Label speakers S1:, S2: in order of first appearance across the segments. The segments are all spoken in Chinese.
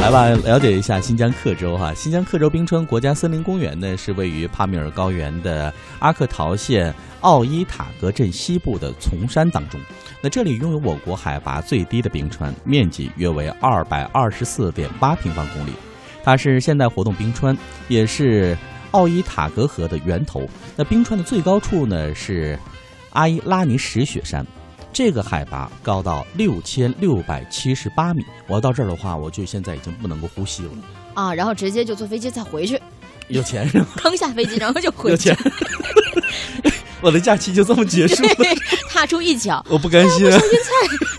S1: 来吧，了解一下新疆克州哈、新疆克州冰川国家森林公园呢，是位于帕米尔高原的阿克陶县奥伊塔格镇西部的丛山当中。那这里拥有我国海拔最低的冰川，面积约为二百二十四点八平方公里。它是现代活动冰川，也是奥伊塔格河的源头。那冰川的最高处呢是阿伊拉尼什雪山，这个海拔高到六千六百七十八米。我要到这儿的话，我就现在已经不能够呼吸了。
S2: 啊，然后直接就坐飞机再回去，
S1: 有钱 是吗？
S2: 刚下飞机然后就
S1: 有
S2: 回去
S1: 钱，。我的假期就这么结束 了，
S2: 对， 踏出一脚，
S1: 我不甘心，啊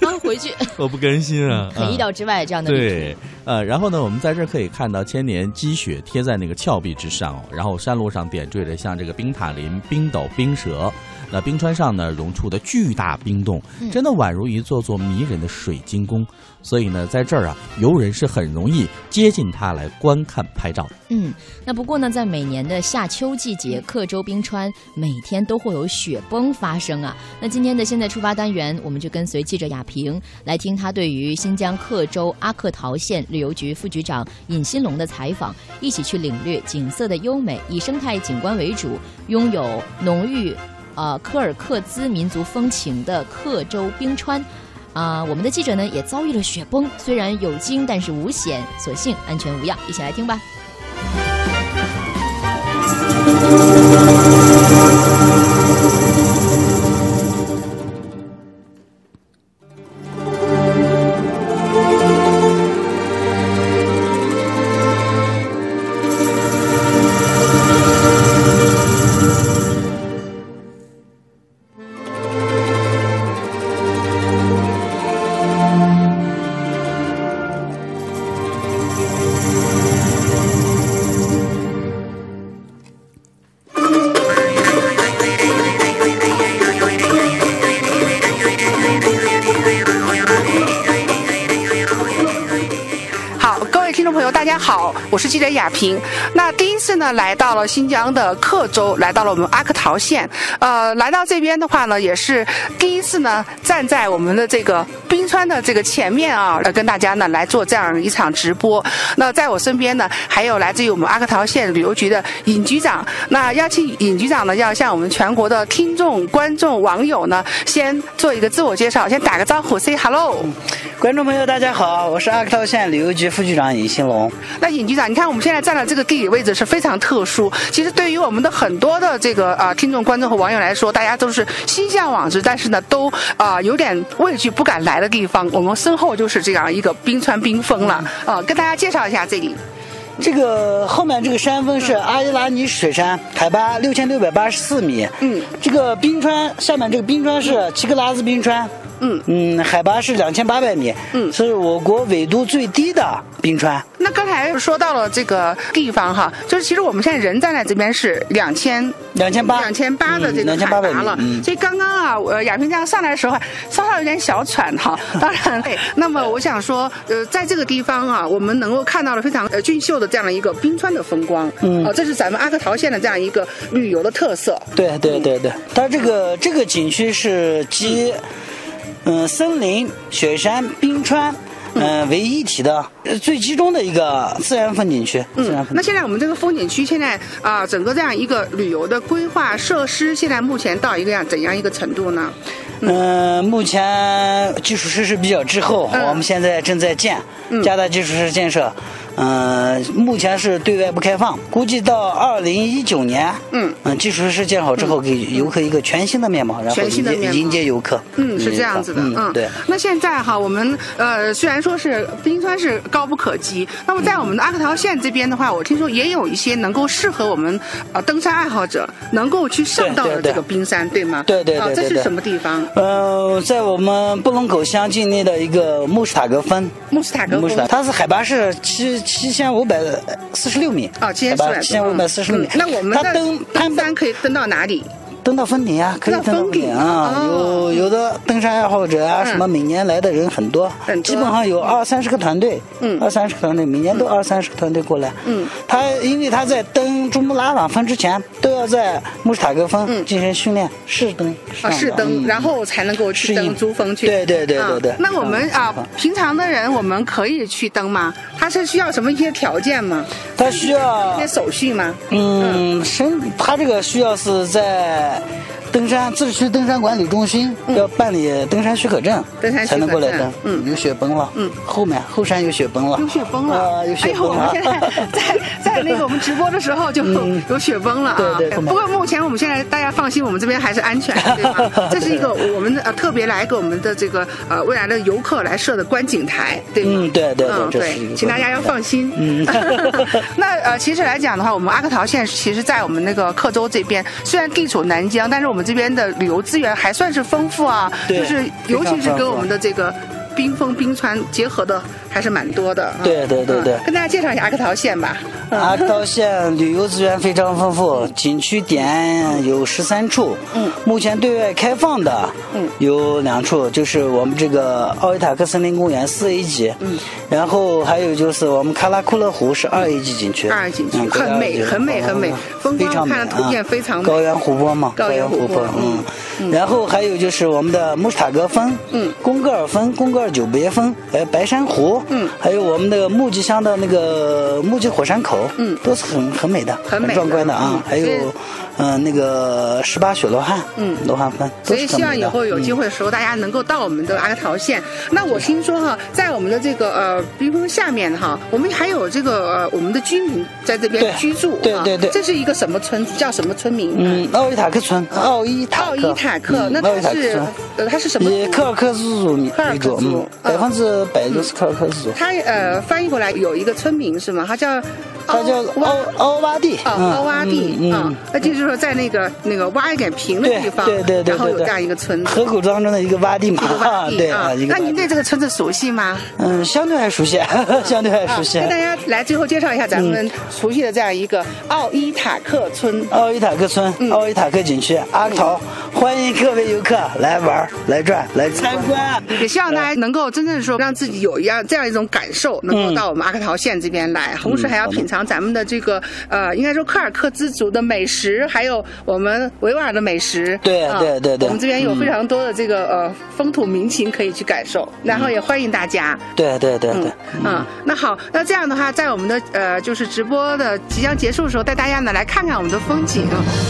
S2: 然后回去，
S1: 我不甘心啊！
S2: 很
S1: 啊
S2: 意料之外这样的旅
S1: 嗯对，呃，然后呢，我们在这儿可以看到千年积雪贴在那个峭壁之上哦，然后山路上点缀着像这个冰塔林、冰斗、冰舌，那冰川上呢融出的巨大冰洞，
S2: 嗯
S1: 真的宛如一座座迷人的水晶宫。所以呢，在这儿啊，游人是很容易接近它来观看拍照的。
S2: 嗯，那不过呢，在每年的夏秋季节，克州冰川每天都会有雪崩发生啊。那今天的现在出发单元，我们就跟随记者亚平来听他对于新疆克州阿克陶县旅游局副局长尹新龙的采访，一起去领略景色的优美，以生态景观为主，拥有浓郁呃柯尔克孜民族风情的克州冰川。啊、我们的记者呢也遭遇了雪崩，虽然有惊，但是无险，所幸安全无恙。一起来听吧。
S3: 好，各位听众朋友，大家好，我是记者亚平。那第一次呢，来到了新疆的克州，来到了我们阿克陶县。呃，来到这边的话呢，也是第一次呢，站在我们的这个冰川的这个前面啊，呃，跟大家呢来做这样一场直播。那在我身边呢，还有来自于我们阿克陶县旅游局的尹局长。那邀请尹局长呢，要向我们全国的听众、观众、网友呢，先做一个自我介绍，先打个招呼，say hello。
S4: 观众朋友，大家好，我是阿克陶县旅游局副局长尹兴龙。
S3: 那尹局长，你看我们现在站的这个地理位置是非常特殊。其实对于我们的很多的这个呃听众、观众和网友来说，大家都是心向往之，但是呢，都啊、呃有点畏惧、不敢来的地方。我们身后就是这样一个冰川冰峰了。呃，跟大家介绍一下这里。
S4: 这个后面这个山峰是阿依拉尼水山，海拔六千六百八十四米。
S3: 嗯，
S4: 这个冰川下面这个冰川是齐格拉兹冰川。
S3: 嗯
S4: 嗯，海拔是两千八百米。
S3: 嗯
S4: 是我国纬度最低的冰川。
S3: 那刚才说到了这个地方哈，就是其实我们现在人站在这边是两千
S4: 两千八，
S3: 两千八的这个
S4: 两千
S3: 海
S4: 八百
S3: 拔
S4: 米
S3: 了，
S4: 嗯
S3: 所以刚刚啊，呃，亚平这样上来的时候，稍稍有点小喘哈。 当然，哎，那么我想说，呃，在这个地方啊，我们能够看到了非常呃俊秀的这样的一个冰川的风光，
S4: 嗯
S3: 呃，这是咱们阿克陶县的这样一个旅游的特色。
S4: 对
S3: 嗯
S4: 对对对，它这个这个景区是集，嗯、森林、雪山、冰川，嗯、为一体的，呃最集中的一个自然风景区。自然
S3: 嗯，
S4: 风
S3: 那
S4: 景区。
S3: 现在我们这个风景区现在啊、整个这样一个旅游的规划设施，现在目前到一个样怎样一个程度呢？
S4: 嗯、目前基础设施比较滞后，
S3: 嗯
S4: 我们现在正在建，加大基础设施建设。嗯、目前是对外不开放，估计到二零一九年，呃
S3: 嗯
S4: 基础设施建好之后，给游客一个全新的面貌，然后
S3: 全新
S4: 迎
S3: 的面
S4: 接
S3: 貌
S4: 迎接游客。
S3: 嗯，是
S4: 迎接
S3: 这
S4: 游
S3: 样
S4: 客
S3: 子的，
S4: 嗯，对。
S3: 那现在哈，我们呃虽然说是冰川是高不可及，那么在我们的阿克陶县这边的话，我听说也有一些能够适合我们呃登山爱好者能够去上
S4: 对
S3: 到
S4: 对
S3: 的这
S4: 对
S3: 个冰山，对吗？
S4: 对对
S3: 啊
S4: 对
S3: 这
S4: 对
S3: 是
S4: 对
S3: 什么地方？
S4: 呃，在我们布隆口乡境内的一个穆斯塔格峰，
S3: 穆斯塔格
S4: 穆
S3: 峰
S4: 斯塔，。它是海拔是七七千五百四十六米
S3: 啊，今天
S4: 海拔七千五百四十六米。
S3: 嗯那我们
S4: 它
S3: 的
S4: 登攀
S3: 登
S4: 登
S3: 山可以登到哪里？
S4: 登到峰顶啊，可以
S3: 登
S4: 登
S3: 到
S4: 到
S3: 峰
S4: 峰
S3: 哦顶
S4: 顶啊。
S3: 哦
S4: 有有的登山爱好者啊，
S3: 嗯
S4: 什么每年来的人很多
S3: 很，多
S4: 基本上有二三十个团队，
S3: 嗯
S4: 二三十个团队，每年都二三十个团队过来。
S3: 嗯，
S4: 他因为他在登登珠穆朗玛峰之前，都要在慕斯塔格
S3: 嗯
S4: 峰进行训练，试登
S3: 啊，
S4: 上
S3: 是
S4: 的
S3: 登，
S4: 嗯
S3: 然后才能够去
S4: 适
S3: 登
S4: 应
S3: 珠峰去。
S4: 对对对对嗯对
S3: 啊那我们啊
S4: 上珠峰，
S3: 平常的人我们可以去登吗？他是需要什么一些条件吗？
S4: 它需
S3: 一
S4: 要
S3: 些手续吗？
S4: 嗯，身它这个需要是在登山自治区登山管理中心、要办理登山许可证，
S3: 嗯登山许可证
S4: 才能过来登。
S3: 嗯
S4: 有雪崩了，
S3: 嗯，
S4: 后面后山有雪崩了，
S3: 有雪崩了，
S4: 啊有雪
S3: 哎呦，我
S4: 崩
S3: 们现
S4: 了。
S3: 在 在在那个我们直播的时候就
S4: 嗯
S3: 有雪崩了啊。
S4: 对对
S3: 不过目前我们现在大家放心，我们这边还是安全的，对 吧？这是一个我们呃特别来给我们的这个呃未来的游客来设的观景台，对吗？
S4: 嗯，对对对，
S3: 嗯，
S4: 这是一
S3: 对，
S4: 个
S3: 请大家要放心。
S4: 嗯
S3: 那呃，其实来讲的话，我们阿克陶县其实，在我们那个克州这边，虽然地处南疆，但是我们这边的旅游资源还算是丰富啊，
S4: 对
S3: 就是尤其
S4: 非常
S3: 是
S4: 丰
S3: 跟
S4: 富啊
S3: 我们的这个冰峰冰川结合的还是蛮多的啊。
S4: 对对对对啊
S3: 嗯跟大家介绍一下阿克陶县吧。嗯
S4: 阿道县旅游资源非常丰富，景区点有十三处。
S3: 嗯
S4: 目前对外开放的，
S3: 嗯
S4: 有两处，就是我们这个奥伊塔克森林公园四 A 级，
S3: 嗯，
S4: 然后还有就是我们喀拉库勒湖是二 A 级景区，
S3: 二 A 级景区
S4: 嗯国家
S3: 很美
S4: 级
S3: 很美很美风
S4: 非
S3: 光
S4: 常美
S3: 看图片
S4: 啊
S3: 非常美
S4: 高原湖泊嘛，
S3: 高原湖
S4: 湖
S3: 泊
S4: 嗯，然后还有就是我们的慕斯塔格峰，
S3: 嗯
S4: 贡格尔峰、贡格尔久别峰，呃，白山湖，
S3: 嗯
S4: 还有我们的木吉乡的那个木吉火山口，
S3: 嗯
S4: 都是很很美的，
S3: 很美的
S4: 壮观的啊
S3: 嗯。
S4: 还
S3: 所以
S4: 有，嗯、那个十八雪罗汉，
S3: 嗯
S4: 罗汉峰，
S3: 所以希望以后有机
S4: 会。
S3: 会的时候，大家能够到我们的阿克陶县。那我听说哈，在我们的这个呃冰峰下面哈，我们还有这个呃我们的居民在这边
S4: 对
S3: 居住哈，
S4: 对对对
S3: 这是一个什么村？叫什么村名？
S4: 嗯，奥伊塔克村，奥伊塔克，
S3: 奥伊塔克，
S4: 嗯
S3: 那
S4: 奥伊
S3: 它
S4: 塔克
S3: 是
S4: 村，
S3: 呃它是什么
S4: 以
S3: 族？
S4: 柯尔克孜族民
S3: 柯尔
S4: 为
S3: 克
S4: 主
S3: 族，
S4: 嗯，
S3: 嗯
S4: 百分之百都是柯尔克孜族。
S3: 它呃翻译过来有一个村名是吗？它叫
S4: 它叫
S3: 哇
S4: 奥奥洼地，
S3: 哦，
S4: 嗯
S3: 凹洼地
S4: 嗯
S3: 啊
S4: 嗯，
S3: 那就是说在那个那个洼一点平的
S4: 对
S3: 地方，
S4: 对对对
S3: 然后有这
S4: 对对
S3: 样一个村子，
S4: 河口当中的一个洼地嘛
S3: 一个，洼
S4: 啊
S3: 地
S4: 对啊，一个
S3: 那
S4: 洼
S3: 您
S4: 地
S3: 对这个村子熟悉吗？
S4: 嗯，相对还熟悉， 相对还熟悉
S3: 啊。跟大家来最后介绍一下咱
S4: 嗯
S3: 们熟悉的这样一个奥伊塔克村。
S4: 奥伊塔克村
S3: 嗯、
S4: 奥伊塔克景区、阿桃，欢迎各位游客来玩儿、来转、来参观。啊
S3: 也希望大家能够真正说让自己有一样这样一种感受，能够
S4: 嗯
S3: 到我们阿克陶县这边来，同时还要
S4: 好的
S3: 品尝咱们的这个呃，应该说柯尔克孜族的美食，还有我们维吾尔的美食。
S4: 对
S3: 啊
S4: 对对对
S3: 我们这边有
S4: 嗯
S3: 非常多的这个呃风土民情可以去感受，然后也欢迎大家。
S4: 对对对对，
S3: 嗯，那好，那这样的话，在我们的呃就是直播的即将结束的时候，带大家呢来看看我们的风景啊。